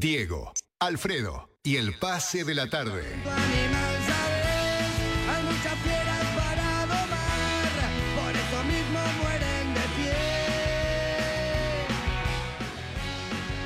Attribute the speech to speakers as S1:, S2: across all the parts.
S1: Diego, Alfredo y el pase de la tarde.
S2: animal, ¿sabes? Hay muchas fieras para domar, por eso mismo mueren de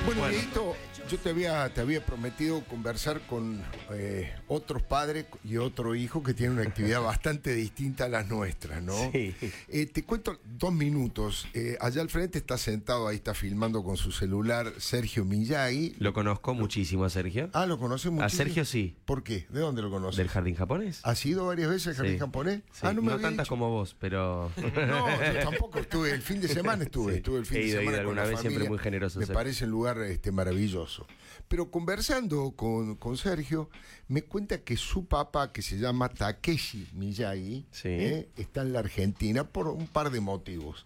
S2: pie.
S3: Bueno, Dieguito, yo te había, te había prometido conversar con eh, otros padres y otro hijo que tienen una actividad bastante distinta a las nuestras, ¿no?
S4: Sí.
S3: Eh, te cuento dos minutos. Eh, allá al frente está sentado, ahí está filmando con su celular Sergio Miyagi.
S4: Lo conozco muchísimo a Sergio.
S3: Ah, ¿lo conoces mucho?
S4: Sergio sí.
S3: ¿Por qué? ¿De dónde lo conoces?
S4: ¿Del jardín japonés?
S3: ¿Has ido varias veces al Ah, jardín
S4: Sí.
S3: japonés?
S4: Sí,
S3: Ah, no
S4: no
S3: me había
S4: tantas
S3: dicho.
S4: como vos, pero.
S3: No, yo tampoco estuve. El fin de semana estuve.
S4: Sí.
S3: Estuve el fin
S4: He
S3: de
S4: ido, he
S3: semana.
S4: ido
S3: con
S4: alguna
S3: la
S4: vez, siempre
S3: familia.
S4: muy generoso,
S3: Me
S4: Sergio.
S3: parece un lugar este, maravilloso. Pero conversando con, con Sergio, me cuenta que su papá, que se llama Takeshi Miyagi,
S4: Sí.
S3: ¿eh? está en la Argentina por un par de motivos.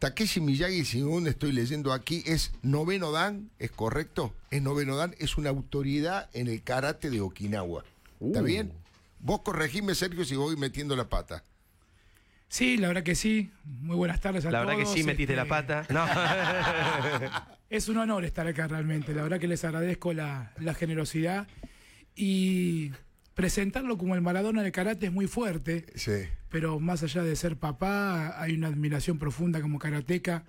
S3: Takeshi Miyagi, según estoy leyendo aquí, es noveno dan, ¿es correcto? Es noveno dan, es una autoridad en el karate de Okinawa. ¿Está
S4: Uh.
S3: bien? Vos corregime, Sergio, si voy metiendo la pata.
S5: Sí, la verdad que sí. Muy buenas tardes a
S4: la
S5: todos.
S4: verdad que sí metiste la
S5: Este,
S4: pata. No.
S5: Es un honor estar acá realmente. La verdad que les agradezco la, la generosidad. Y presentarlo como el Maradona del karate es muy fuerte,
S3: Sí.
S5: pero más allá de ser papá, hay una admiración profunda como karateca.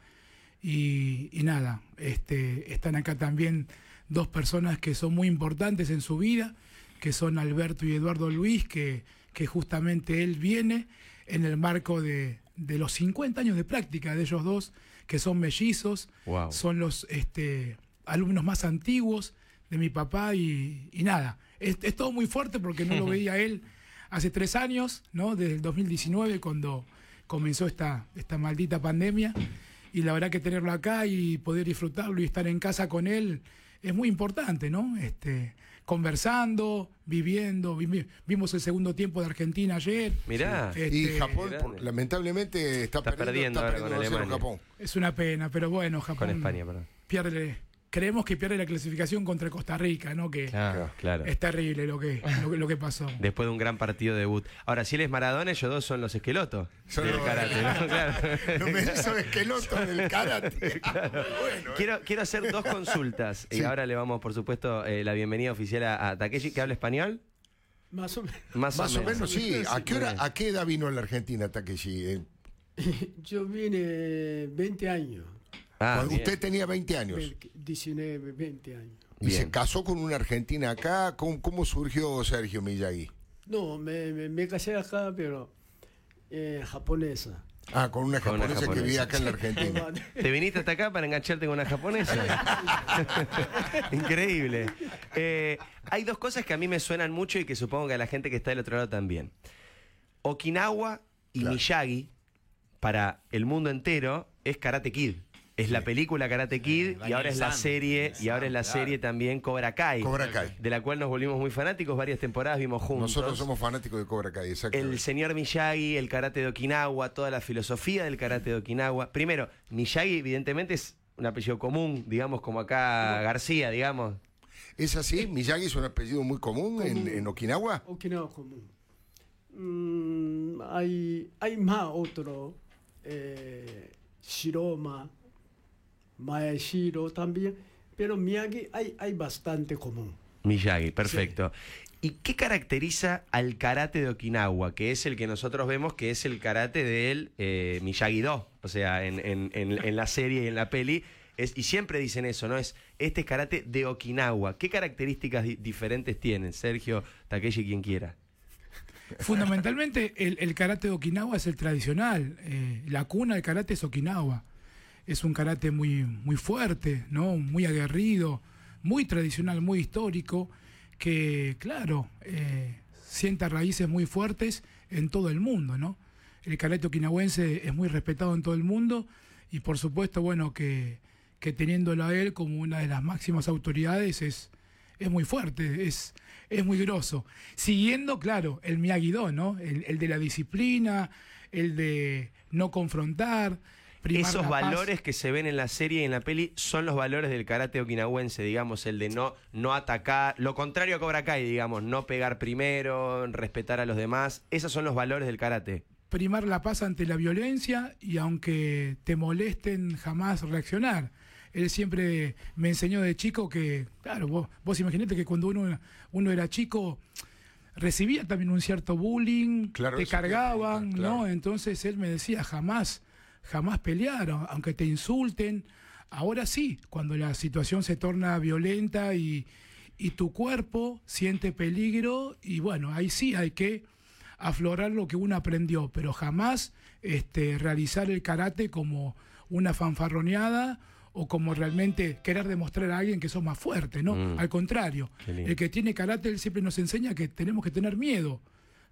S5: Y, y nada, este, están acá también dos personas que son muy importantes en su vida, que son Alberto y Eduardo Luis, que, que justamente él viene en el marco de, de los 50 años de práctica de ellos dos, que son mellizos,
S4: Wow.
S5: son los este, alumnos más antiguos de mi papá y, y nada, es, es todo muy fuerte porque no lo veía a él hace tres años, ¿no? Desde el 2019 cuando comenzó esta, esta maldita pandemia. Y la verdad que tenerlo acá y poder disfrutarlo y estar en casa con él es muy importante, ¿no? Este, conversando, viviendo. vi- Vimos el segundo tiempo de Argentina ayer.
S4: Mirá.
S5: Este,
S3: Y Japón,
S4: Grande.
S3: por- lamentablemente, está,
S4: Está
S3: perdiendo, está
S4: perdiendo ahora
S3: perdiendo
S4: con
S3: 2-0
S4: Alemania.
S3: Japón.
S5: Es una pena, pero bueno, Japón.
S4: Con España, perdón.
S5: Pierde, creemos que pierde la clasificación contra Costa Rica, ¿no? Que
S4: Claro, claro.
S3: Este,
S5: es terrible lo que, lo, que- lo que pasó.
S4: Después de un gran partido debut. Ahora, si él es Maradona, ellos dos son los esquelotos.
S3: Son
S4: del
S3: los-
S4: karate, ¿no? Claro.
S3: No me hizo esqueloto del karate. Bueno, eh.
S4: Quiero, quiero hacer dos consultas. Y
S3: Sí.
S4: ahora le vamos, por supuesto, eh, la bienvenida oficial a, a Takeshi, que habla español.
S6: Más o menos.
S4: Más,
S3: Más o menos, sí. ¿A qué, hora,
S4: Bien.
S3: ¿A qué edad vino a la Argentina, Takeshi? Eh,
S6: Yo vine 20 años.
S4: Ah,
S3: cuando
S4: bien.
S3: usted tenía 20 años
S6: 19, 20 años.
S3: y
S4: Bien.
S3: se casó con una argentina acá. ¿Cómo, cómo surgió Sergio Miyagi?
S6: No, me, me- me casé acá, pero eh, japonesa.
S3: Ah, con una
S4: Con una
S3: japonesa, que vivía
S4: japonesa.
S3: acá en la Argentina.
S4: Te viniste hasta acá para engancharte con una japonesa. Increíble. Eh, hay dos cosas que a mí me suenan mucho y que supongo que a la gente que está del otro lado también. Okinawa y
S3: Claro.
S4: Miyagi, para el mundo entero, es Karate Kid. Es la película Karate Kid y ahora es la serie, y ahora es la serie también Cobra Kai,
S3: Cobra Kai.
S4: de la cual nos volvimos muy fanáticos, varias temporadas vimos juntos.
S3: Nosotros somos fanáticos de Cobra Kai, exacto.
S4: El señor Miyagi, el karate de Okinawa, toda la filosofía del karate de Okinawa. Primero, Miyagi evidentemente es un apellido común, digamos como acá García, digamos.
S3: ¿Es así? ¿Miyagi es un apellido muy común en, en Okinawa?
S6: Okinawa común. Mm, hay, hay más otro. eh, Shiroma, Maeshiro también. Pero Miyagi hay, hay bastante común.
S4: Miyagi, perfecto. ¿Y qué caracteriza al karate de Okinawa, que es el que nosotros vemos que es el karate del eh, Miyagi-Do? O sea, en, en- en- en la serie y en la peli. Es- y siempre dicen eso, ¿no? Es este es karate de Okinawa. ¿Qué características di- diferentes tienen, Sergio, Takeshi, quien quiera?
S5: Fundamentalmente, el, el karate de Okinawa es el tradicional. eh, la cuna del karate es Okinawa. Es un karate muy, muy fuerte, ¿no? Muy aguerrido, muy tradicional, muy histórico, que, claro, eh, sienta raíces muy fuertes en todo el mundo, ¿no? El karate okinawense es muy respetado en todo el mundo y, por supuesto, bueno, que, que teniéndolo a él como una de las máximas autoridades es, es muy fuerte, es, es muy grosso. Siguiendo, claro, el Miyagi-Do, ¿no? El, el de la disciplina, el de no confrontar. primar
S4: Esos
S5: la paz.
S4: valores que se ven en la serie y en la peli son los valores del karate okinawense, digamos, el de no, no atacar, lo contrario a Cobra Kai, digamos, no pegar primero, respetar a los demás. Esos son los valores del karate.
S5: primar la paz ante la violencia y aunque te molesten jamás reaccionar. él siempre me enseñó de chico que, claro, vos, vos imaginate que cuando uno, uno era chico recibía también un cierto bullying,
S3: Claro,
S5: te
S3: eso te iba a
S5: cargaban,
S3: preguntar,
S5: ¿no?
S3: claro.
S5: Entonces él me decía, jamás, jamás pelear, a- aunque te insulten. Ahora sí, cuando la situación se torna violenta y, y tu cuerpo siente peligro, y bueno, ahí sí hay que aflorar lo que uno aprendió, pero jamás este, realizar el karate como una fanfarroneada o como realmente querer demostrar a alguien que sos más fuerte, ¿no?
S4: Mm.
S5: Al contrario,
S4: Qué lindo.
S5: el que tiene karate él siempre nos enseña que tenemos que tener miedo,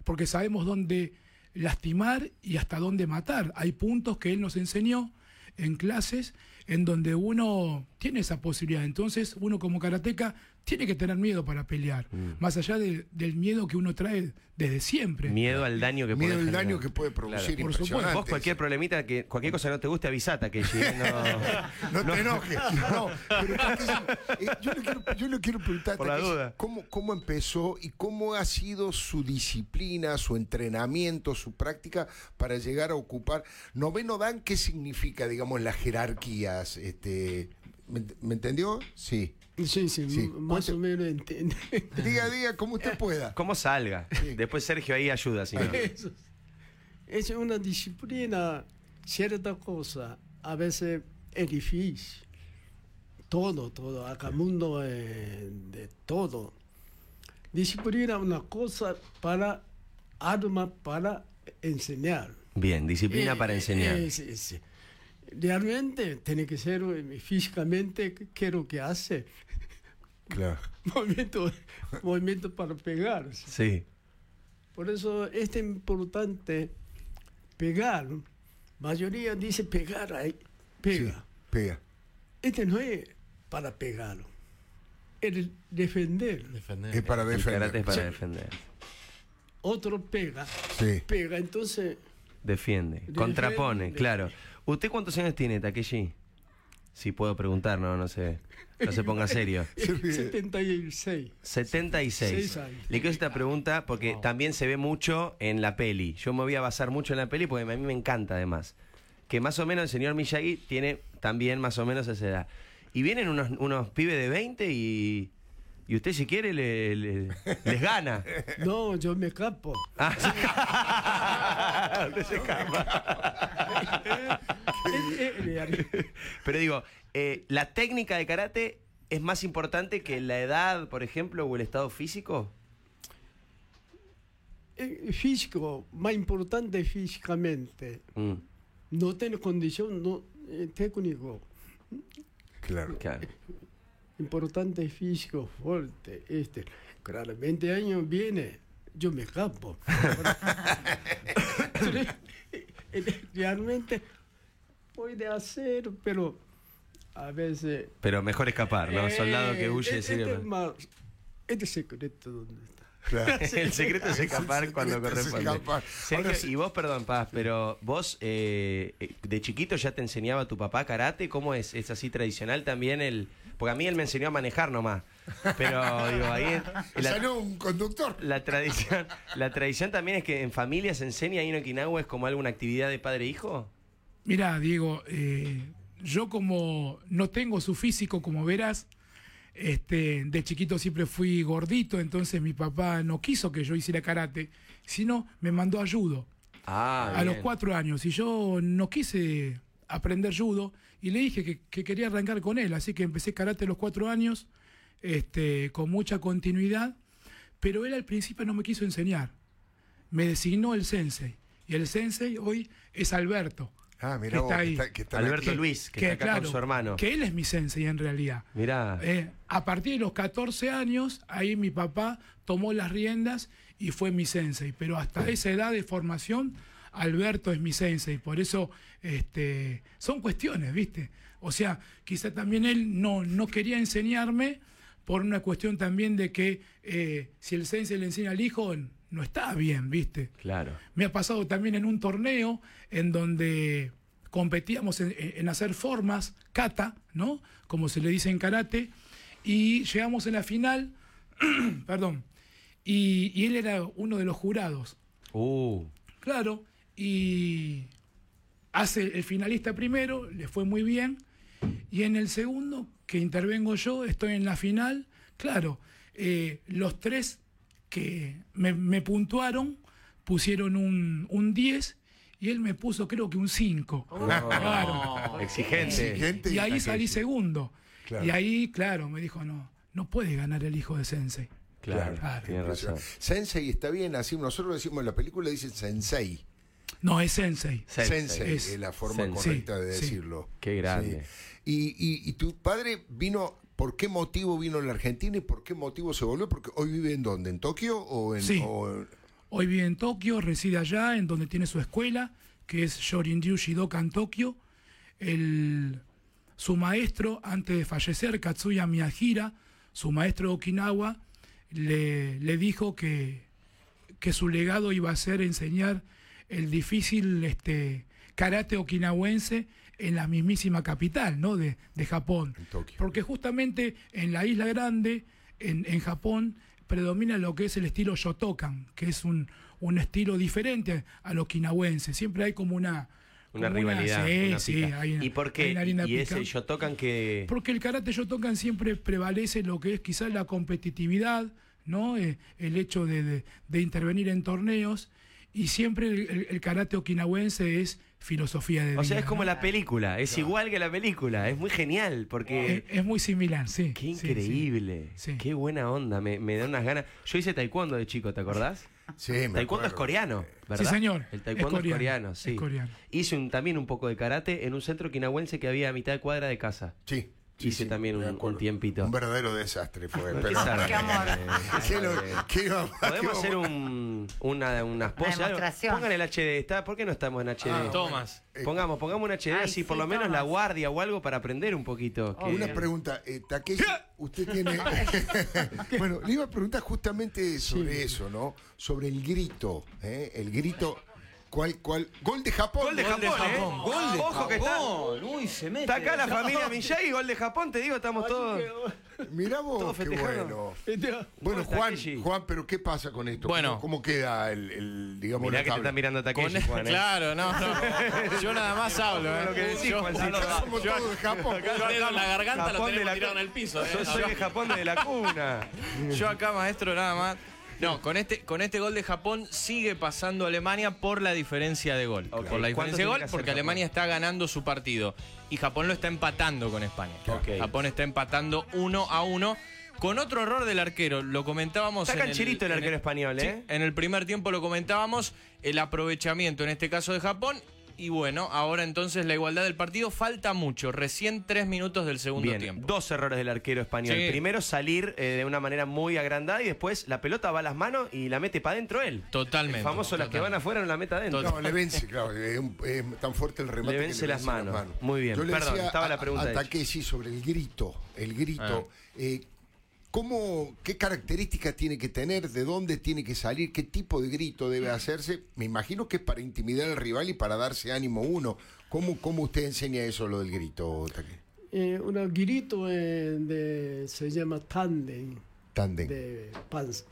S5: porque sabemos dónde lastimar y hasta dónde matar. Hay puntos que él nos enseñó en clases en donde uno tiene esa posibilidad. Entonces, uno como karateca tiene que tener miedo para pelear, más allá de- del miedo que uno trae desde siempre.
S4: Miedo al daño que
S3: Miedo
S4: puede
S3: el
S4: generar.
S3: daño que puede producir.
S5: Claro. Por supuesto.
S3: impresionante.
S4: Vos cualquier problemita, que cualquier cosa que no te guste, avisate que no,
S3: No, te enojes. No, pero Takeshi, eh, yo, le quiero, yo le quiero preguntar a
S4: Por la
S3: Takeshi,
S4: duda.
S3: ¿cómo, cómo empezó y cómo ha sido su disciplina, su entrenamiento, su práctica para llegar a ocupar. Noveno Dan, ¿qué significa, digamos, las jerarquías? Este, ¿me, me entendió? Sí.
S6: Sí, sí,
S3: Sí.
S6: m- más o menos entiende.
S3: Diga, diga, como usted pueda.
S4: ¿Cómo salga? Después Sergio ahí ayuda, si no.
S6: Eso. Es una disciplina, cierta cosa, a veces es difícil. Todo, todo, acá mundo eh, de todo. Disciplina una cosa para alma, para enseñar.
S4: Bien, disciplina
S6: Eh,
S4: para
S6: eh,
S4: enseñar.
S6: eh, sí, sí. Realmente tiene que ser eh, físicamente, ¿qué es lo que hace?
S3: Claro.
S6: movimiento, movimiento para pegar.
S4: Sí.
S6: Por eso es tan importante pegar. Mayoría dice pegar ahí, pega.
S3: Pega.
S6: Este no es para pegar, es defender.
S3: Es
S7: Defender.
S3: para
S4: Eh, El karate
S3: defender.
S4: es para
S6: Sí.
S4: defender.
S6: Otro pega,
S3: Sí.
S6: pega. Entonces,
S4: Defiende. Contrapone,
S6: Defiende.
S4: claro. ¿Usted cuántos años tiene, Takeshi? Si puedo preguntar, no, no sé. No se ponga serio.
S6: eh,
S3: Sí.
S6: 76.
S4: 76.
S6: Seis años.
S4: Le quiero hacer esta pregunta porque también se ve mucho en la peli. Yo me voy a basar mucho en la peli porque a mí me encanta además. Que más o menos el señor Miyagi tiene también más o menos esa edad. Y vienen unos, unos pibes de 20 y, y usted si quiere le- le- les gana.
S6: No, yo me escapo.
S4: Ah, usted se escapa.
S6: Es- es real.
S4: Pero digo, eh, ¿la técnica de karate es más importante que la edad, por ejemplo, o el estado físico?
S6: Eh, físico, más importante físicamente.
S4: Mm,
S6: No tiene condición no, eh, técnico.
S3: Claro.
S4: claro.
S6: importante físico fuerte este claro 20 años viene yo me escapo realmente puede hacer pero a veces
S4: Pero mejor escapar, ¿no? Soldado que
S6: Eh,
S4: huye
S6: este,
S4: sirve
S6: este
S4: para-
S6: más- este secreto dónde está
S3: claro.
S4: El secreto es escapar
S3: El
S4: cuando
S3: secreto es
S4: corresponde.
S3: escapar.
S4: Sergio,
S3: Ahora sí.
S4: y vos, perdón, Paz, pero vos eh, eh, de chiquito ya te enseñaba tu papá karate, ¿cómo es? ¿Es así tradicional también el...? Porque a mí él me enseñó a manejar nomás, pero digo, ahí... la-
S3: Salió un conductor.
S4: La tradición, la tradición también es que en familia se enseña ahí en Okinawa es como alguna actividad de padre e hijo.
S5: Mira, Diego, eh, yo como no tengo su físico, como verás, este, de chiquito siempre fui gordito, entonces mi papá no quiso que yo hiciera karate, sino me mandó a judo
S4: Ah,
S5: a los cuatro años y yo no quise aprender judo y le dije que, que quería arrancar con él, así que empecé karate a los cuatro años, este, con mucha continuidad, pero él al principio no me quiso enseñar, me designó el sensei y el sensei hoy es Alberto.
S3: Ah,
S5: que
S3: mira vos,
S5: está
S3: que
S5: ahí.
S3: está- que está
S4: Alberto
S3: aquí.
S4: Luis, que, está acá con su hermano.
S5: Que él es mi sensei en realidad.
S4: Mirá,
S5: Eh, a partir de los 14 años, ahí mi papá tomó las riendas y fue mi sensei. Pero hasta esa edad de formación, Alberto es mi sensei. Por eso este, son cuestiones, ¿viste? O sea, quizá también él no, no quería enseñarme por una cuestión también de que eh, si el sensei le enseña al hijo, no está bien, ¿viste?
S4: claro.
S5: Me ha pasado también en un torneo en donde competíamos en, en hacer formas, kata, ¿no? Como se le dice en karate, y llegamos en la final, perdón, y, y él era uno de los jurados,
S4: Uh,
S5: claro, y hace el finalista primero, le fue muy bien, Y en el segundo, que intervengo yo, estoy en la final. Claro, eh, los tres que me, me puntuaron pusieron un, un 10 y él me puso creo que un 5.
S4: Oh.
S5: Claro.
S4: Exigente.
S3: Exigente.
S5: Y ahí salí segundo.
S3: Claro.
S5: Y ahí, claro, me dijo, no, no puede ganar el hijo de Sensei.
S4: Claro,
S5: Claro.
S4: tiene razón.
S3: Sensei está bien, así nosotros decimos en la película, dicen sensei.
S5: No, es Sensei.
S3: Sensei,
S5: Es-
S3: es la forma
S4: sensei.
S3: correcta de
S5: Sí, sí.
S3: decirlo.
S4: Qué grande.
S3: Sí. Y, y- y tu padre vino, ¿por qué motivo vino a la Argentina y por qué motivo se volvió? Porque hoy vive en dónde, en Tokio o en...
S5: Sí.
S3: o en-
S5: Hoy vive en Tokio, reside allá, en donde tiene su escuela, que es Shorinryu Shidokan Tokio. El- su maestro, antes de fallecer, Katsuya Miyajira, su maestro de Okinawa, le, le dijo que, que su legado iba a ser enseñar el difícil este, karate okinawense en la mismísima capital ¿no? de, de Japón.
S3: En Tokio.
S5: Porque justamente en la isla grande, en, en Japón, predomina lo que es el estilo Shotokan, que es un, un estilo diferente al okinawense. Siempre hay como una...
S4: Una
S5: como
S4: rivalidad.
S5: sí,
S4: una
S5: sí,
S4: pica.
S5: hay una-
S4: ¿Y por
S5: hay
S4: qué?
S5: una harina
S4: Y
S5: pica.
S4: ese Shotokan que.
S5: Porque el karate Shotokan siempre prevalece lo que es quizás la competitividad, ¿no? Eh, el hecho de, de- de intervenir en torneos. Y siempre el, el- el karate okinawense es filosofía de vida.
S4: O sea, es como
S5: ¿no?
S4: la película, es igual que la película, es muy genial
S5: Es,
S4: porque...
S5: es muy similar, sí.
S4: Qué
S5: sí, sí.
S4: increíble,
S5: Sí.
S4: qué buena onda, me, me da unas ganas. Yo hice taekwondo de chico, ¿te acordás?
S3: Sí, me
S4: taekwondo es
S3: acuerdo.
S4: coreano, ¿verdad?
S5: señor,
S4: El
S5: es
S4: taekwondo es coreano,
S5: coreano, es
S4: sí.
S5: coreano.
S4: Hice un- también un poco de karate en un centro quinahuense que había a mitad de cuadra de casa.
S3: Sí. sí,
S4: Hice
S3: sí,
S4: también
S3: me
S4: un- un
S3: acuerdo.
S4: tiempito.
S3: Un verdadero desastre fue.
S4: Qué
S3: pero-
S4: zarpe.
S7: Qué amor.
S3: ¿Qué lo- qué vamos- qué
S4: Podemos
S3: vamos-
S4: hacer un, una, unas poses, algo?
S7: demostración.
S4: Pongan el HD, ¿está? ¿por qué no estamos
S3: Ah,
S4: en HD?
S8: Tomas.
S4: Pongamos, pongamos un HD
S7: Ay,
S4: así, por
S7: sí,
S4: lo menos la
S7: Tomás.
S4: guardia o algo para aprender un poquito. que-
S3: Una pregunta, eh, Takeshi, usted tiene... bueno, le iba a preguntar justamente sobre eso, ¿no? Sobre el grito, ¿eh? El grito, ¿cuál, cuál? Gol de Japón.
S4: Gol de Japón, ¿eh?
S8: Gol de
S4: Ojo que está-
S8: Japón. Uy, se mete.
S4: Está acá la familia Miyagi, gol de Japón, te digo, estamos todos.
S3: Mirá vos,
S4: Todos
S3: qué
S4: festejando.
S3: bueno.
S6: Este,
S8: Mira
S3: Bueno,
S4: Hola,
S3: Juan,
S4: Takeshi.
S3: Juan, pero ¿qué pasa con esto?
S8: Bueno.
S3: ¿Cómo, cómo queda el, el, digamos, la
S4: Mirá que te
S3: tabla?
S4: está mirando Takeshi,
S8: Con-
S4: Juan. ¿eh?
S8: Claro, no, no. Yo nada más hablo, ¿eh?
S4: Lo que decís,
S8: yo,
S4: Juancito.
S8: yo-
S3: Somos todos de Japón.
S8: yo acá la garganta
S4: Japón
S8: lo
S4: de la
S8: tenemos tirado en
S4: cu-
S8: el piso, ¿eh?
S4: Yo soy de Japón desde la cuna.
S8: Yo acá, maestro, nada más. No, con este, con este gol de Japón sigue pasando Alemania por la diferencia de gol.
S4: Ok.
S8: Por la
S4: ¿Cuánto
S8: diferencia
S4: tiene
S8: de gol,
S4: que hacer
S8: porque
S4: Japón?
S8: Alemania está ganando su partido. Y Japón lo está empatando con España.
S4: Ok.
S8: Japón está empatando uno a uno. Con otro error del arquero, lo comentábamos.
S4: Está
S8: en
S4: cancherito el
S8: en
S4: arquero español,
S8: Sí,
S4: ¿eh?
S8: en el primer tiempo lo comentábamos, el aprovechamiento en este caso de Japón. Y bueno, ahora entonces la igualdad del partido falta mucho, recién tres minutos del segundo
S4: Bien,
S8: tiempo.
S4: dos errores del arquero español.
S8: Sí.
S4: Primero salir eh, de una manera muy agrandada y después la pelota va a las manos y la mete para adentro él.
S8: Totalmente.
S4: El famoso, las que van
S8: Totalmente.
S4: afuera no la mete adentro.
S8: Total.
S3: No, le vence, claro. Es, un- es tan fuerte el remate.
S4: Le
S3: que
S4: vence las manos. Muy bien,
S3: Yo le
S4: perdón,
S3: decía
S4: estaba la
S3: a-
S4: pregunta Ah.
S3: A,
S4: hecha.
S3: Takeshi sobre el grito. El grito. Eh, ¿Cómo, ¿Qué características tiene que tener? ¿De dónde tiene que salir? ¿Qué tipo de grito debe hacerse? Me imagino que es para intimidar al rival y para darse ánimo uno. ¿Cómo, cómo usted enseña eso, lo del grito, Takeshi?
S6: Eh, un grito eh, de- se llama tanden,
S3: Tandem.
S6: de panza.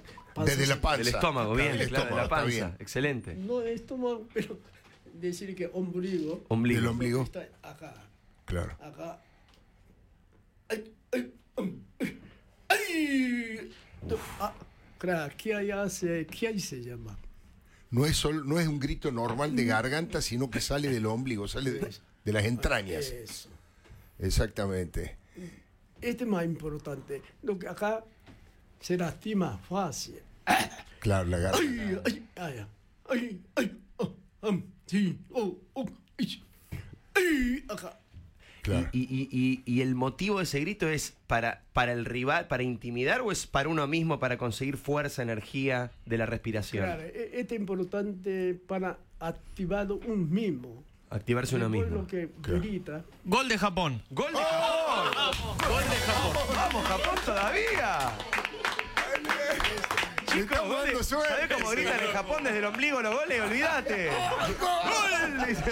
S3: Desde la panza.
S4: Del estómago, bien,
S3: Del
S4: claro, de la
S3: estómago,
S4: panza.
S3: está bien.
S4: Excelente.
S6: No estómago, pero decir que ombligo
S4: Ombligo.
S3: Del ombligo,
S6: está acá,
S3: claro.
S6: acá. ¡Ay! ¡Ay! um, ¡Ay! Ah, claro, ¿qué hay hace? ¿Qué hay se llama?
S3: No es, sol- no es un grito normal de garganta, sino que sale del ombligo, sale de, de las entrañas.
S6: Eso.
S3: Exactamente.
S6: Este es más importante. Lo que acá se lastima fácil.
S3: Claro, la garganta.
S6: ¡Ay! ¡Ay! ¡Ay! ¡Ay! ¡Ay! ah, am, sí, oh, oh, ish, ¡Ay! Acá.
S3: Claro.
S4: Y, y- y- y el motivo de ese grito es para, para el rival, para intimidar o es para uno mismo, para conseguir fuerza, energía de la respiración.
S6: Claro, e- este es importante para activar un mismo.
S4: Activarse uno
S6: Después
S4: mismo.
S6: lo que grita.
S8: Gol de Japón. Oh,
S4: ¡Gol de Japón! ¡Gol de Japón! ¡Vamos, Japón todavía!
S3: Le estamos
S4: gol
S3: dando
S4: de
S3: ¡Tengo
S4: ¿Sabés
S3: suerte!
S4: cómo gritan en Japón desde el ombligo los goles? Olvídate. ¡Gol! Dice.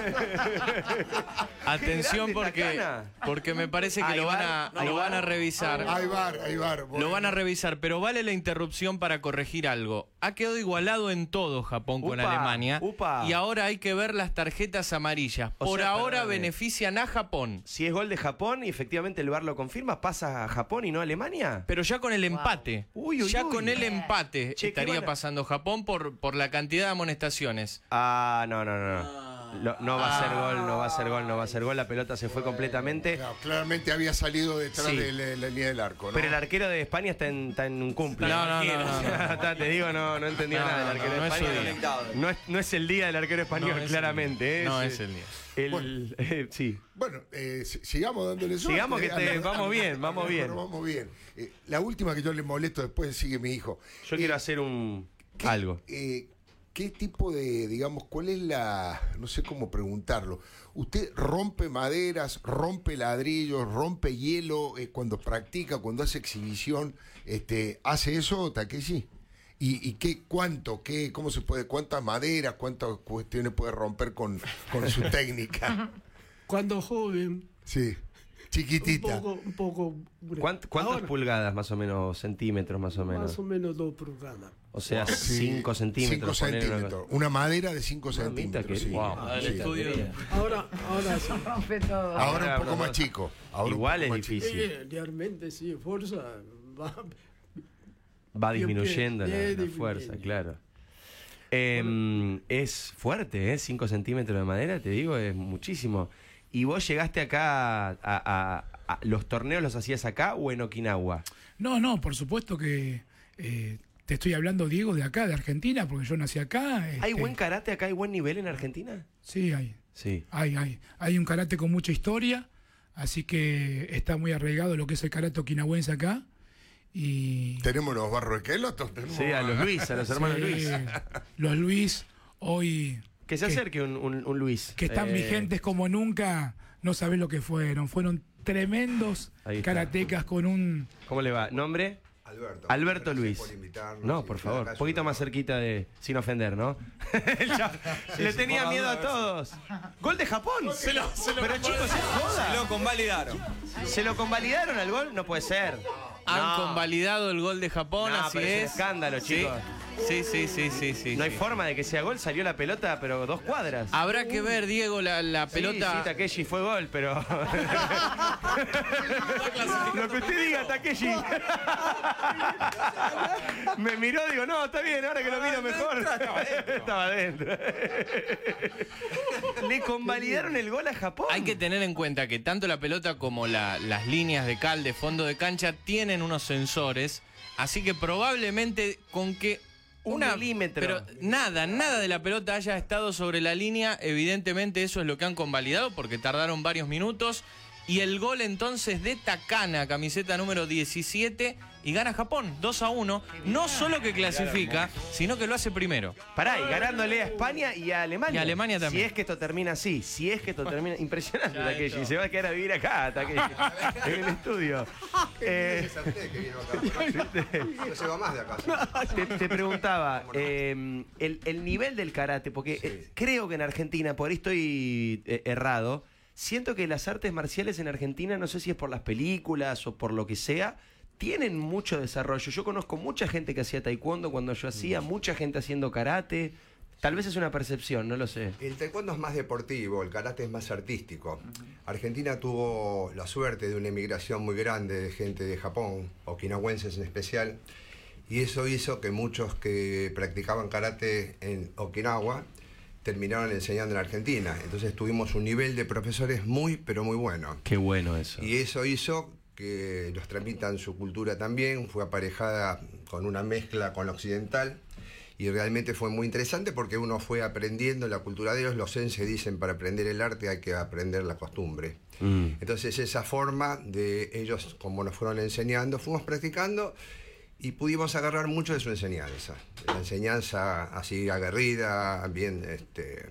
S4: grande esta
S8: Atención porque,
S4: cana.
S8: porque me parece que
S4: Ahí
S8: lo van
S4: va,
S8: a,
S4: ahí
S8: lo
S4: va.
S8: van a revisar.
S3: Ahí va, ahí va. bueno.
S8: Lo van a revisar, pero vale la interrupción para corregir algo. Ha quedado igualado en todo Japón con
S4: Upa,
S8: Alemania.
S4: upa.
S8: Y ahora hay que ver las tarjetas amarillas.
S4: O
S8: Por
S4: sea,
S8: ahora
S4: perdóname.
S8: benefician a Japón.
S4: Si es gol de Japón y efectivamente el VAR lo confirma, pasa a Japón y no a Alemania.
S8: Pero ya con el empate.
S4: Uy, uy,
S8: ya
S4: uy.
S8: con el empate
S4: Che, ¿qué
S8: estaría
S4: van a-
S8: pasando Japón por, por la cantidad de amonestaciones.
S4: Ah, no, no, no. no. Lo- no va a ser gol, no va a ser gol, no va a ser gol. La pelota se fue completamente.
S3: Claro, claramente había salido detrás
S4: Sí.
S3: de la, la línea del arco, ¿no?
S4: Pero el arquero de España está en, está en un cumple.
S8: No, no, no, no, no.
S4: Está, Te digo, no, no entendía
S8: No,
S4: nada
S8: no,
S4: del arquero
S8: no,
S4: de
S8: no es su
S4: España.
S8: día.
S4: No es, no es el día del arquero español,
S8: es el
S4: claramente.
S8: día.
S4: ¿eh?
S8: No es el día.
S4: el-
S3: Bueno.
S4: eh, sí.
S3: Bueno, eh, si- sigamos dándole suerte.
S4: Sigamos que
S3: A
S4: te-
S3: la-
S4: vamos
S3: a la-
S4: bien,
S3: a la-
S4: vamos bien.
S3: pero vamos bien. Eh, la última que yo le molesto después sigue mi hijo.
S4: Yo quiero hacer un
S3: ¿Qué-
S4: algo.
S3: eh, ¿Qué tipo de, digamos, cuál es la, no sé cómo preguntarlo? ¿Usted rompe maderas, rompe ladrillos, rompe hielo eh, cuando practica, cuando hace exhibición? Este, ¿Hace eso, Takeshi? ¿Y, y qué, cuánto, qué, cómo se puede, cuántas maderas, cuántas cuestiones puede romper con, con su técnica?
S6: Cuando joven,
S3: Sí,
S6: un
S3: chiquitita.
S6: poco, un poco. grande.
S4: ¿Cuánt- ¿Cuántas
S6: Ahora,
S4: pulgadas más o menos, centímetros más o menos?
S6: Ah, Más o menos dos programas.
S4: O sea,
S3: Sí,
S4: 5
S3: cinco
S4: centímetros. ponele una cosa.
S3: centímetros. Una madera de 5
S4: Mamita
S3: centímetros.
S4: que-
S3: sí.
S4: wow.
S3: Sí.
S8: Al estudio.
S6: Ahora, ahora sí.
S7: Rompe todo.
S3: Ahora
S4: Ahora,
S3: un poco
S4: ahora-
S3: más chico. Ahora un
S4: Igual
S3: poco
S4: es
S3: más chico.
S4: difícil.
S6: Eh, realmente sí, fuerza. va-
S4: Va disminuyendo la,
S6: Bien,
S4: la
S6: bien,
S4: fuerza,
S6: bien.
S4: claro. Eh, es fuerte, ¿eh? 5 centímetros de madera, te digo, es muchísimo. ¿Y vos llegaste acá a, a- a- los torneos los hacías acá o en Okinawa?
S5: No, no, por supuesto que eh, te estoy hablando, Diego, de acá, de Argentina, porque yo nací acá.
S4: ¿Hay
S5: este,
S4: buen karate acá? ¿Hay buen nivel en Argentina?
S5: Sí, hay.
S4: Sí.
S5: Hay, hay. Hay un karate con mucha historia, así que está muy arraigado lo que es el karate okinawense acá. Y
S3: Tenemos los barroquelos. tenemos-
S4: Sí, a los Luis, a los hermanos
S5: Sí,
S4: Luis.
S5: Los Luis, hoy
S4: Que se
S5: Que-
S4: acerque un, un- un Luis.
S5: que están
S4: Eh,
S5: vigentes como nunca, no sabés lo que fueron. Fueron tremendos
S4: Ahí está.
S5: karatecas con un...
S4: ¿Cómo le va? ¿Nombre?
S3: Alberto.
S4: Alberto
S3: gracias
S4: Luis.
S3: por invitarnos.
S4: no,
S3: Sí,
S4: por
S3: la
S4: favor.
S3: verdad
S4: Un
S3: es
S4: poquito
S3: un
S4: más cerquita de. Sin ofender, ¿no? El chavo- Le tenía miedo a todos. ¡Gol de Japón! Se lo, Pero chicos, es joda.
S9: Lo convalidaron.
S4: ¿Se lo convalidaron al gol? No puede ser.
S8: Han
S4: No.
S8: convalidado el gol de Japón,
S4: No,
S8: así
S4: pero es un
S8: es.
S4: escándalo,
S8: Sí.
S4: chicos.
S8: Sí, sí, sí, sí, sí.
S4: No hay
S8: sí.
S4: forma de que sea gol. Salió la pelota, pero dos cuadras.
S8: Habrá que ver, Diego, la, la
S4: Sí,
S8: pelota.
S4: sí, Takeshi fue gol, pero. Lo que usted diga, Takeshi. Me miró, digo, no, está bien, ahora que lo
S8: Ah,
S4: miro mejor. Estaba adentro. Le convalidaron el gol a Japón.
S8: Hay que tener en cuenta que tanto la pelota como la- las líneas de cal de fondo de cancha tienen unos sensores, así que probablemente con que
S4: Un
S8: una
S4: milímetro.
S8: pero nada, nada de la pelota haya estado sobre la línea, evidentemente eso es lo que han convalidado porque tardaron varios minutos y el gol entonces de Takana, camiseta número 17 y gana Japón 2 a 1, no solo que clasifica, sino que lo hace primero.
S4: Pará, y ganándole a España y a Alemania.
S8: Y a Alemania también.
S4: Si es que esto termina así, si es que esto termina. Impresionante, Takeshi. Se va a quedar a vivir acá, Takeshi. en el estudio. Eh,
S10: No se va más de acá.
S4: Te, te preguntaba, eh, el, el nivel del karate, porque eh, creo que en Argentina, por ahí estoy eh, errado, siento que las artes marciales en Argentina, no sé si es por las películas o por lo que sea, tienen mucho desarrollo. Yo conozco mucha gente que hacía taekwondo cuando yo hacía, mucha gente haciendo karate. Tal vez es una percepción, no lo sé.
S10: El taekwondo es más deportivo, el karate es más artístico. Argentina tuvo la suerte de una emigración muy grande de gente de Japón, okinawenses en especial, y eso hizo que muchos que practicaban karate en Okinawa terminaron enseñando en Argentina. Entonces tuvimos un nivel de profesores muy, pero muy bueno.
S4: Qué bueno eso.
S10: Y eso hizo que los transmitan su cultura también, fue aparejada con una mezcla con lo occidental y realmente fue muy interesante porque uno fue aprendiendo la cultura de ellos, los zen se dicen para aprender el arte hay que aprender la costumbre.
S4: Mm.
S10: Entonces esa forma de ellos, como nos fueron enseñando, fuimos practicando y pudimos agarrar mucho de su enseñanza. La enseñanza así aguerrida, bien, este,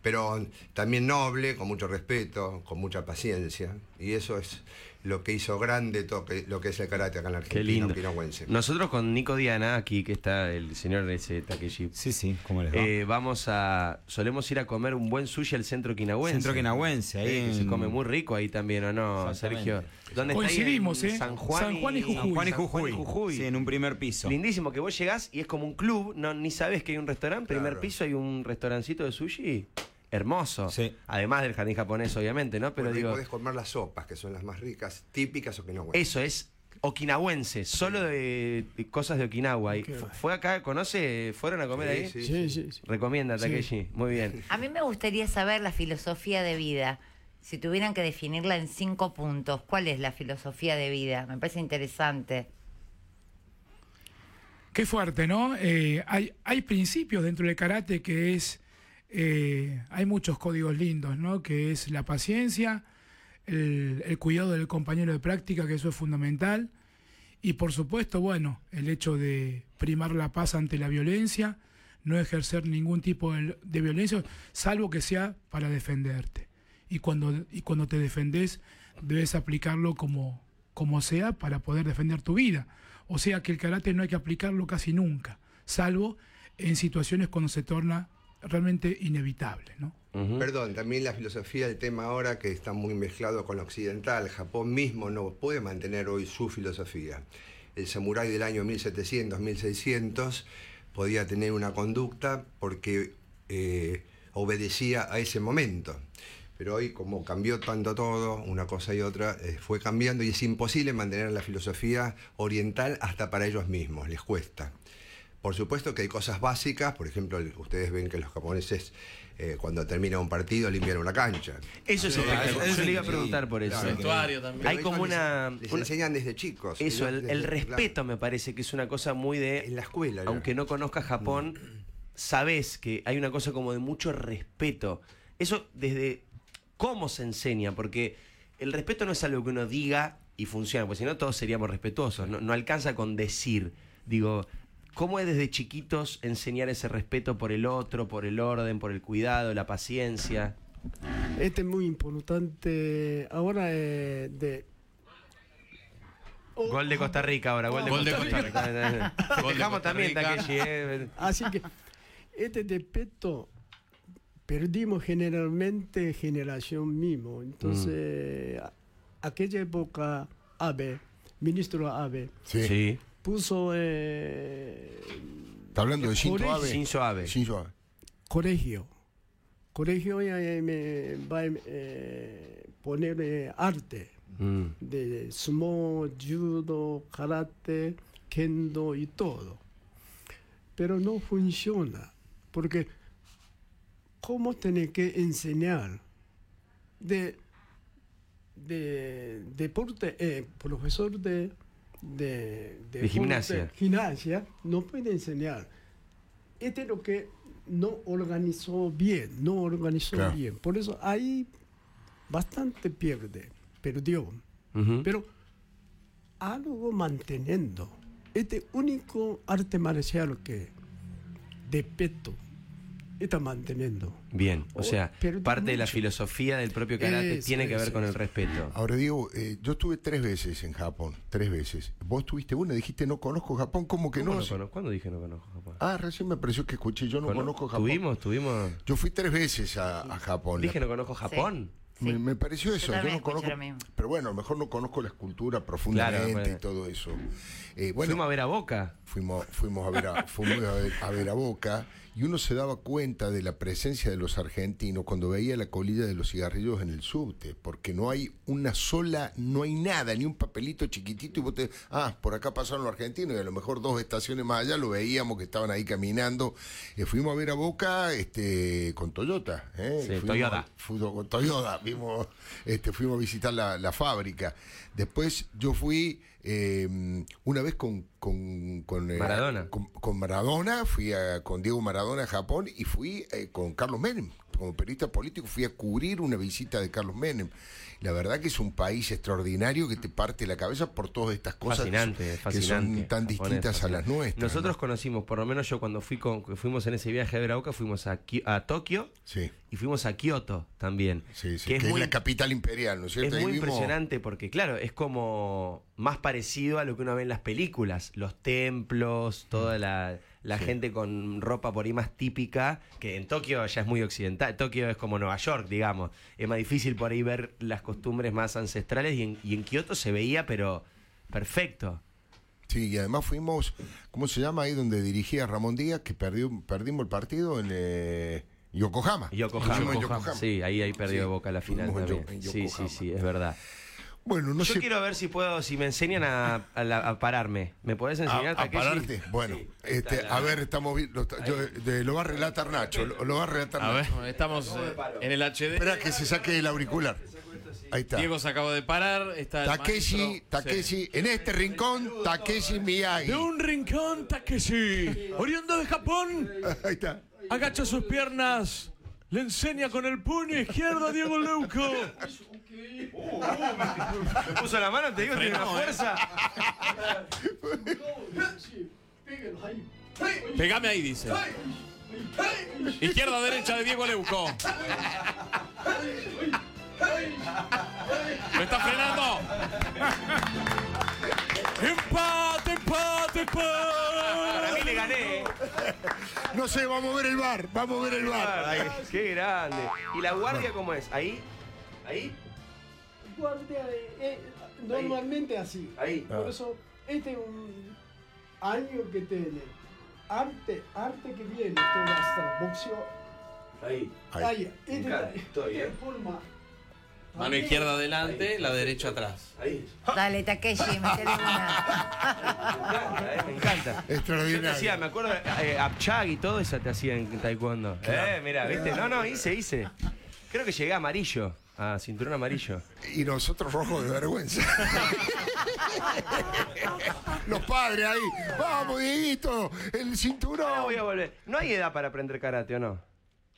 S10: pero también noble, con mucho respeto, con mucha paciencia. Y eso es lo que hizo grande to- que- lo que es el karate acá en la Argentina.
S4: Qué lindo.
S10: quirogüense.
S4: Nosotros con Nico Diana, aquí que está el señor ese Takeshi,
S7: Sí, sí, ¿cómo les va?
S4: eh, vamos a. Solemos ir a comer un buen sushi al centro quinahuense.
S7: Centro Quinahuense, ahí
S4: Eh, que
S7: en-
S4: Se come muy rico ahí también, ¿o no,
S7: Exactamente.
S4: Sergio? ¿Dónde está ahí?
S5: Coincidimos,
S4: En
S5: ¿eh?
S4: San Juan,
S5: San Juan y Jujuy.
S7: San Juan y
S4: San
S7: Jujuy. Sí, en un primer piso.
S4: Lindísimo, que vos llegás y es como un club, no, ni sabés que hay un restaurante, primer
S10: Claro.
S4: piso hay un restaurancito de sushi hermoso.
S7: Sí.
S4: Además del jardín japonés, obviamente, ¿no? Pero
S10: Porque
S4: digo,
S10: podés comer las sopas, que son las más ricas, típicas o que no
S4: eso es okinawense, solo de, de cosas de Okinawa. Y fu- ¿Fue acá, conoce? ¿Fueron a comer ahí?
S6: Sí, sí, sí.
S4: Recomienda, Takeshi. Muy bien.
S9: A mí me gustaría saber la filosofía de vida. Si tuvieran que definirla en cinco puntos, ¿cuál es la filosofía de vida? Me parece interesante.
S5: Qué fuerte, ¿no? Eh, hay, hay principios dentro del karate que es. eh, hay muchos códigos lindos, ¿no? Que es la paciencia, el, el cuidado del compañero de práctica, que eso es fundamental. Y por supuesto, bueno, el hecho de primar la paz ante la violencia, no ejercer ningún tipo de, de violencia, salvo que sea para defenderte. Y cuando, y cuando te defendés, debes aplicarlo como, como sea para poder defender tu vida. O sea que el karate no hay que aplicarlo casi nunca, salvo en situaciones cuando se torna realmente inevitable, ¿no?
S4: Ujú.
S10: Perdón, también la filosofía del tema ahora que está muy mezclado con lo occidental. Japón mismo no puede mantener hoy su filosofía. El samurái del año 1700, 1600 podía tener una conducta porque eh, obedecía a ese momento. Pero hoy, como cambió tanto todo, una cosa y otra, eh, fue cambiando y es imposible mantener la filosofía oriental hasta para ellos mismos, les cuesta. Por supuesto que hay cosas básicas, por ejemplo, el- ustedes ven que los japoneses eh, cuando termina un partido limpian una cancha.
S4: Eso es
S10: Ah,
S4: espectacular.
S7: eso
S4: Yo le iba a
S7: sí.
S4: preguntar por eso.
S10: Claro.
S8: Vestuario también.
S4: Hay
S10: Pero
S4: como
S10: ellos
S4: una-
S10: Les, les
S4: una-
S10: enseñan desde chicos.
S4: Eso,
S10: Ellos
S4: el,
S10: desde-
S4: el
S10: claro,
S4: respeto me parece que es una cosa muy de...
S10: en la escuela. ya.
S4: aunque no conozcas Japón, sabes que hay una cosa como de mucho respeto. Eso desde cómo se enseña, porque el respeto no es algo que uno diga y funciona, porque si no todos seríamos respetuosos, no, no alcanza con decir. Digo, ¿cómo es desde chiquitos enseñar ese respeto por el otro, por el orden, por el cuidado, la paciencia?
S6: Este es muy importante ahora eh, de...
S4: Gol de Costa Rica ahora, gol de
S8: Gol de
S4: Costa Rica. Festejamos
S8: Costa
S4: también,
S8: Rica.
S4: Takeshi. eh.
S6: Así que este respeto perdimos generalmente generación mismo. Entonces,
S4: Mm.
S6: a- aquella época Abe, ministro Abe,
S3: Sí.
S6: puso eh,
S3: Está hablando de Shinto
S6: Colegio.
S3: Abe.
S4: Shinzo Abe.
S3: Shinzo Abe.
S6: colegio. Colegio eh, me va a eh, poner eh, arte
S4: Mm.
S6: de sumo, judo, karate, kendo y todo. Pero no funciona, porque ¿cómo tiene que enseñar de, de deporte, eh, profesor de, de, deporte,
S4: gimnasia.
S6: gimnasia, no puede enseñar. Este es lo que no organizó bien, no organizó
S3: Claro.
S6: bien. Por eso ahí bastante pierde, perdió
S4: Ujú.
S6: pero algo manteniendo este único arte marcial que de peto está manteniendo
S4: Bien, o
S6: Oh,
S4: sea,
S6: pero
S4: parte de la
S6: mucho.
S4: filosofía del propio karate
S6: Eso,
S4: tiene que ver
S6: eso,
S4: con el
S6: eso.
S4: respeto.
S3: Ahora digo, yo estuve tres veces en Japón, tres veces. Vos tuviste una, dijiste no conozco Japón, ¿cómo que
S4: ¿Cómo
S3: no?
S4: no conozco? ¿Cuándo dije no conozco Japón?
S3: Ah, recién me pareció que escuché, yo no
S4: Cono-
S3: conozco Japón.
S4: Tuvimos, tuvimos.
S3: Yo fui tres veces a, a Japón.
S4: Dije no conozco Japón.
S3: Me,
S9: Sí.
S3: me pareció
S9: Yo
S3: eso, yo,
S9: también
S3: no conozco.
S9: escuché lo mismo.
S3: Pero bueno, a lo mejor no conozco la escultura profundamente
S4: Claro, bueno.
S3: y todo eso. Eh, bueno,
S4: Fuimos a ver a Boca.
S3: fuimos, fuimos a ver a, fuimos a ver- a ver a Boca y uno se daba cuenta de la presencia de los argentinos cuando veía la colilla de los cigarrillos en el subte, porque no hay una sola, no hay nada, ni un papelito chiquitito y vos te, ah, por acá pasaron los argentinos y a lo mejor dos estaciones más allá lo veíamos que estaban ahí caminando. Eh, fuimos a ver a Boca este, con Toyota. ¿eh?
S4: Sí,
S3: Fuimos-
S4: Toyota.
S3: Fuimos con Toyota, vimos, este, fuimos a visitar la, la fábrica. Después yo fui eh, una vez con, con, con, eh,
S4: Maradona.
S3: con, con Maradona, fui a- con Diego Maradona a Japón y fui eh, con Carlos Menem. Como periodista político fui a cubrir una visita de Carlos Menem. La verdad que es un país extraordinario que te parte la cabeza por todas estas cosas
S4: fascinante,
S3: que, son- que
S4: fascinante.
S3: son tan
S4: Japón es
S3: distintas a las
S4: fascinante.
S3: nuestras.
S4: Nosotros
S3: ¿no?
S4: conocimos, por lo menos yo cuando fui con, que fuimos en ese viaje a ver a Boca, fuimos a, Ki- a Tokio
S3: Sí.
S4: y fuimos a Kioto también.
S3: que es la capital imperial, ¿no es cierto?
S4: Es
S3: Ahí
S4: muy
S3: vimos-
S4: impresionante porque, claro, es como más parecido a lo que uno ve en las películas. Los templos,
S3: Mm.
S4: toda la, la gente con ropa por ahí más típica, que en Tokio ya es muy occidental. Tokio es como Nueva York, digamos. Es más difícil por ahí ver las costumbres más ancestrales y en, y en Kioto se veía, pero perfecto.
S3: Sí, y además fuimos, ¿cómo se llama? Ahí donde dirigía Ramón Díaz, que perdió, perdimos el partido en eh, Yokohama.
S4: Yokohama.
S3: Fuimos en Yokohama.
S4: Sí, ahí, ahí perdió
S3: Sí,
S4: Boca la final
S3: fuimos en Yo-
S4: también.
S3: en
S4: Sí, sí,
S3: Yokohama.
S4: sí, es verdad.
S3: Bueno, no
S4: Yo
S3: sé-
S4: quiero ver si puedo, si me enseñan a, a la- a pararme. ¿Me podés enseñar,
S3: A, a
S4: Takeshi?
S3: pararte. Bueno, este, a ver, estamos vi- lo, está- yo- de- lo va a relatar Nacho. Lo, lo va a relatar
S8: A ver,
S3: Nacho.
S8: estamos eh, en el HD.
S3: Espera que se saque el auricular. Ahí está.
S8: Diego se acaba de parar. Está el
S3: Takeshi,
S8: maestro.
S3: Takeshi, en este rincón, Takeshi Miyagi.
S8: De un rincón, Takeshi, oriundo de Japón,
S3: Ahí está.
S8: agacha sus piernas, le enseña con el puño izquierdo a Diego Leuco.
S4: Me puso la mano, te digo, tiene una fuerza.
S8: Pegame ahí, dice. Izquierda derecha de Diego Leuco. ¡Me está frenando! ¡Empate, empate, empate!
S4: Para mí le gané. ¿eh?
S3: No sé, vamos a ver el bar, vamos a ver el bar.
S4: Ay, qué grande. ¿Y la guardia cómo es? ¿Ahí? ¿Ahí?
S6: Guardia, eh, eh, normalmente así.
S4: Ahí.
S6: Por eso, este es un año que tiene. Arte, arte que viene, todo hasta boxeo.
S4: Ahí.
S6: Ay, este,
S4: Claro, todo
S6: este
S4: bien.
S6: forma.
S8: Mano izquierda adelante, la derecha atrás.
S4: Ahí.
S7: Ah.
S9: Dale, Takeshi, metele una.
S4: Me encanta, eh, me encanta. Yo te hacía,
S3: Extraordinario.
S4: me acuerdo, eh, Apchag y todo eso te hacía en taekwondo. Eh, mira, viste. No, no, hice, hice. Creo que llegué a amarillo, a cinturón amarillo.
S3: Y nosotros rojos de vergüenza. Los padres ahí. Vamos, Dieguito, el
S4: Ahora voy a
S3: cinturón.
S4: volver. ¿No hay edad para aprender karate o no?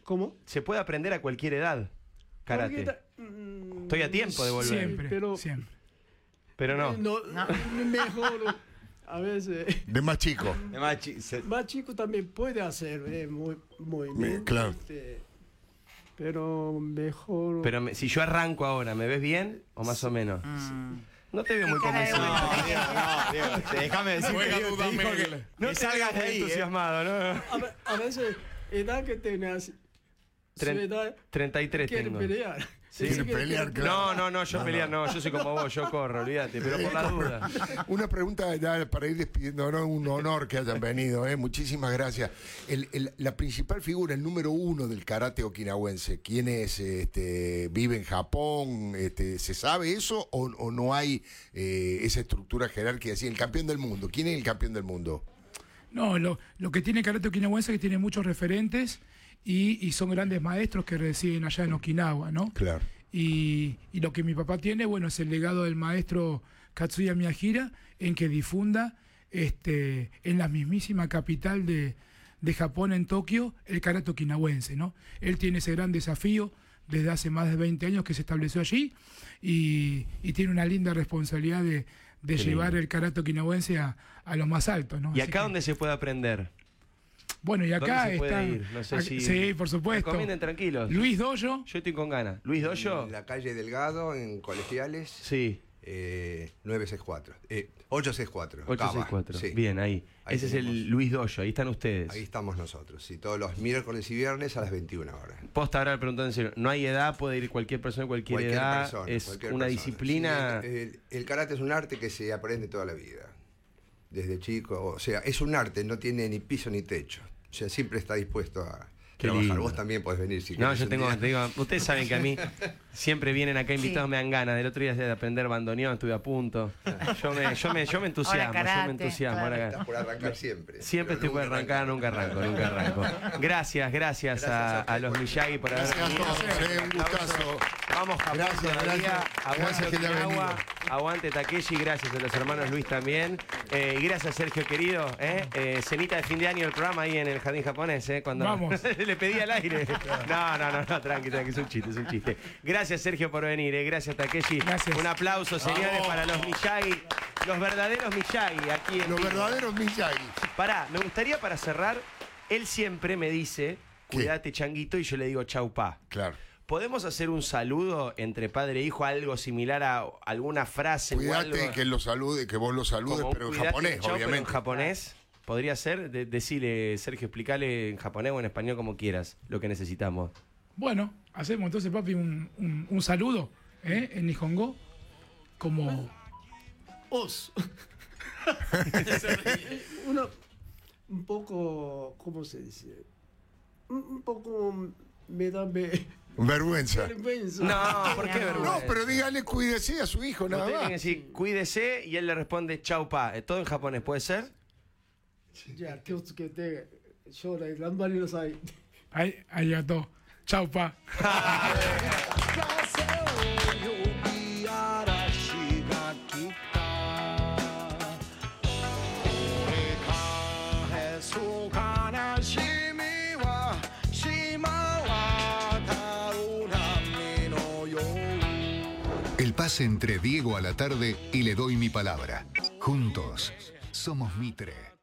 S6: ¿Cómo?
S4: Se puede aprender a cualquier edad
S6: Porque
S4: karate.
S6: ta- mm,
S4: Estoy a tiempo de volver.
S5: Siempre,
S6: Pero-
S5: siempre.
S4: Pero no.
S6: No, mejor. A veces.
S3: De más chico.
S7: Además, chi- se-
S6: Más chico también puede hacer eh, muy, muy bien.
S3: claro.
S6: este, pero mejor.
S4: Pero me- si yo arranco ahora, ¿me ves bien o más o menos? No te veo muy
S9: Mm. Cara de
S4: convencido.
S9: bueno.
S7: No, Diego, no, Diego, te- déjame decirte,
S8: Juega
S7: Diego, te dijo
S8: Dudamel.
S7: que-
S4: No
S7: que
S4: te salgas
S7: de ahí, eh.
S4: entusiasmado, ¿no?
S6: a, ve- a veces, edad que tenés. su
S4: Tren-
S6: edad
S4: 33
S6: quiere
S4: tengo.
S6: pelear.
S4: Sí.
S6: Dice
S3: Quiere
S6: que
S3: pelear,
S6: quiere-
S4: No, no, no, yo pelea, no, yo soy como vos, yo corro, olvídate, pero por la duda.
S3: Una pregunta ya para ir despidiendo, ¿no? un honor que hayan venido, ¿eh? muchísimas gracias. El- el- la principal figura, el número uno del karate okinawense, ¿quién es? Este, ¿Vive en Japón? Este, ¿Se sabe eso o, o no hay eh, esa estructura jerárquica? Así, el campeón del mundo, ¿quién es el campeón del mundo?
S5: No, lo, lo que tiene Karate Okinawense es que tiene muchos referentes y, y son grandes maestros que residen allá en Okinawa, ¿no?
S3: Claro.
S5: Y, y lo que mi papá tiene, bueno, es el legado del maestro Katsuya Miyajira en que difunda este, en la mismísima capital de, de Japón, en Tokio, el karate okinawense, ¿no? Él tiene ese gran desafío desde hace más de 20 años que se estableció allí y, y tiene una linda responsabilidad de, de llevar el karate okinawense a, a lo más alto, ¿no?
S4: ¿Y
S5: Así
S4: acá
S5: que-
S4: dónde se puede aprender?
S5: Bueno, y acá
S4: ¿Dónde se puede
S5: está...
S4: ir? No sé
S5: ac-
S4: si-
S5: Sí, por supuesto.
S4: Recomienden tranquilos.
S5: Luis Doyo.
S4: Yo estoy con ganas. ¿Luis Doyo?
S10: En la calle Delgado, en Colegiales.
S4: Sí,
S10: eh, 964. Eh, 864. Cava,
S4: 864.
S10: sí.
S4: Bien, ahí.
S10: Ahí
S4: Ese es el
S10: tenemos.
S4: Luis Doyo, ahí están ustedes.
S10: Ahí estamos nosotros. Sí, todos los miércoles y viernes a las 21 horas.
S4: Posta ahora preguntando en serio, no hay edad, puede ir cualquier persona, de cualquier, edad, es
S10: cualquier
S4: una
S10: persona.
S4: disciplina...
S10: Sí, el, el- el karate es un arte que se aprende toda la vida. Desde chico. O sea, es un arte, no tiene ni piso ni techo. O sea, siempre está dispuesto a
S4: Qué
S10: trabajar.
S4: lindo.
S10: Vos también podés venir si
S4: No,
S10: querés
S4: yo
S10: un
S4: tengo,
S10: día.
S4: te digo, ustedes saben que a mí siempre vienen acá invitados, me dan ganas. Del otro día de aprender bandoneón, estuve a punto. Yo me, yo me, yo me entusiasmo, yo
S9: karate,
S4: me entusiasmo.
S9: claro.
S4: ahora-
S10: Estás por arrancar siempre.
S4: siempre
S10: Pero
S4: estoy por
S10: nunca
S4: arrancar, nunca arranco, nunca arranco. Gracias, gracias, a, a los Miyagi por haber
S3: Gracias a
S4: venido.
S3: todos, eh, un gustazo.
S4: Vamos, Japón
S3: Gracias,
S4: todavía.
S3: gracias.
S4: Aguante
S3: Gracias que te ha
S4: Okinawa,
S3: venido.
S4: aguante Takeshi, gracias a los hermanos Luis también. Eh, y gracias, Sergio querido. ¿eh? Eh, cenita de fin de año del programa ahí en el Jardín Japonés. ¿eh? Cuando
S5: Vamos.
S4: le pedí al aire. No, no, no, no, tranqui, tranqui, es un chiste, es un chiste. Gracias, Sergio, por venir. ¿eh? Gracias, Takeshi.
S5: Gracias.
S4: Un aplauso, señores, para los Miyagi. Los verdaderos Miyagi aquí en
S3: Los
S4: vivo.
S3: verdaderos Miyagi.
S4: Pará, me gustaría para cerrar, él siempre me dice cuídate changuito y yo le digo chau pa.
S3: Claro.
S4: ¿Podemos hacer un saludo entre padre e hijo, algo similar a alguna frase? o
S3: Cuídate
S4: algo?
S3: que lo salude, que vos lo saludes,
S4: Como un
S3: pero en
S4: cuidate,
S3: japonés,
S4: chau, pero en
S3: obviamente.
S4: japonés. ¿Podría ser? De- decile, Sergio, explicale en japonés o en español como quieras lo que necesitamos.
S5: Bueno, hacemos entonces, papi, un, un- un saludo ¿eh? en Nihongo. Como.
S6: Os. Uno, un poco, ¿cómo se dice? Un, un poco me da ve-
S3: Vergüenza.
S6: vergüenza.
S4: No, ¿por qué
S3: No,
S4: vergüenza?
S3: pero dígale cuídese a su hijo, nada
S4: Usted tiene que
S3: más.
S4: decir, cuídese y él le responde chau pa. Eh, Todo en japonés, ¿puede ser?
S6: じゃあ気をつけて将来頑張りなさい。
S5: Ay, arigato. Chau, pa.
S2: 風を呼び嵐が来た返す悲しみは島渡る波のように
S1: El pase entre Diego a la tarde y le doy mi palabra. Juntos somos Mitre.